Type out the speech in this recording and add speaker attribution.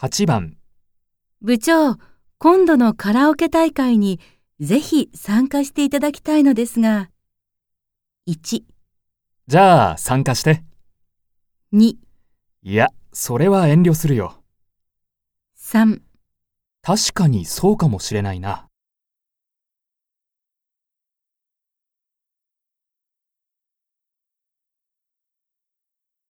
Speaker 1: 8番、
Speaker 2: 部長、今度のカラオケ大会にぜひ参加していただきたいのですが、1、
Speaker 1: じゃあ参加して。
Speaker 2: 2、
Speaker 1: いや、それは遠慮するよ。
Speaker 2: 3
Speaker 1: 確かにそうかもしれないな。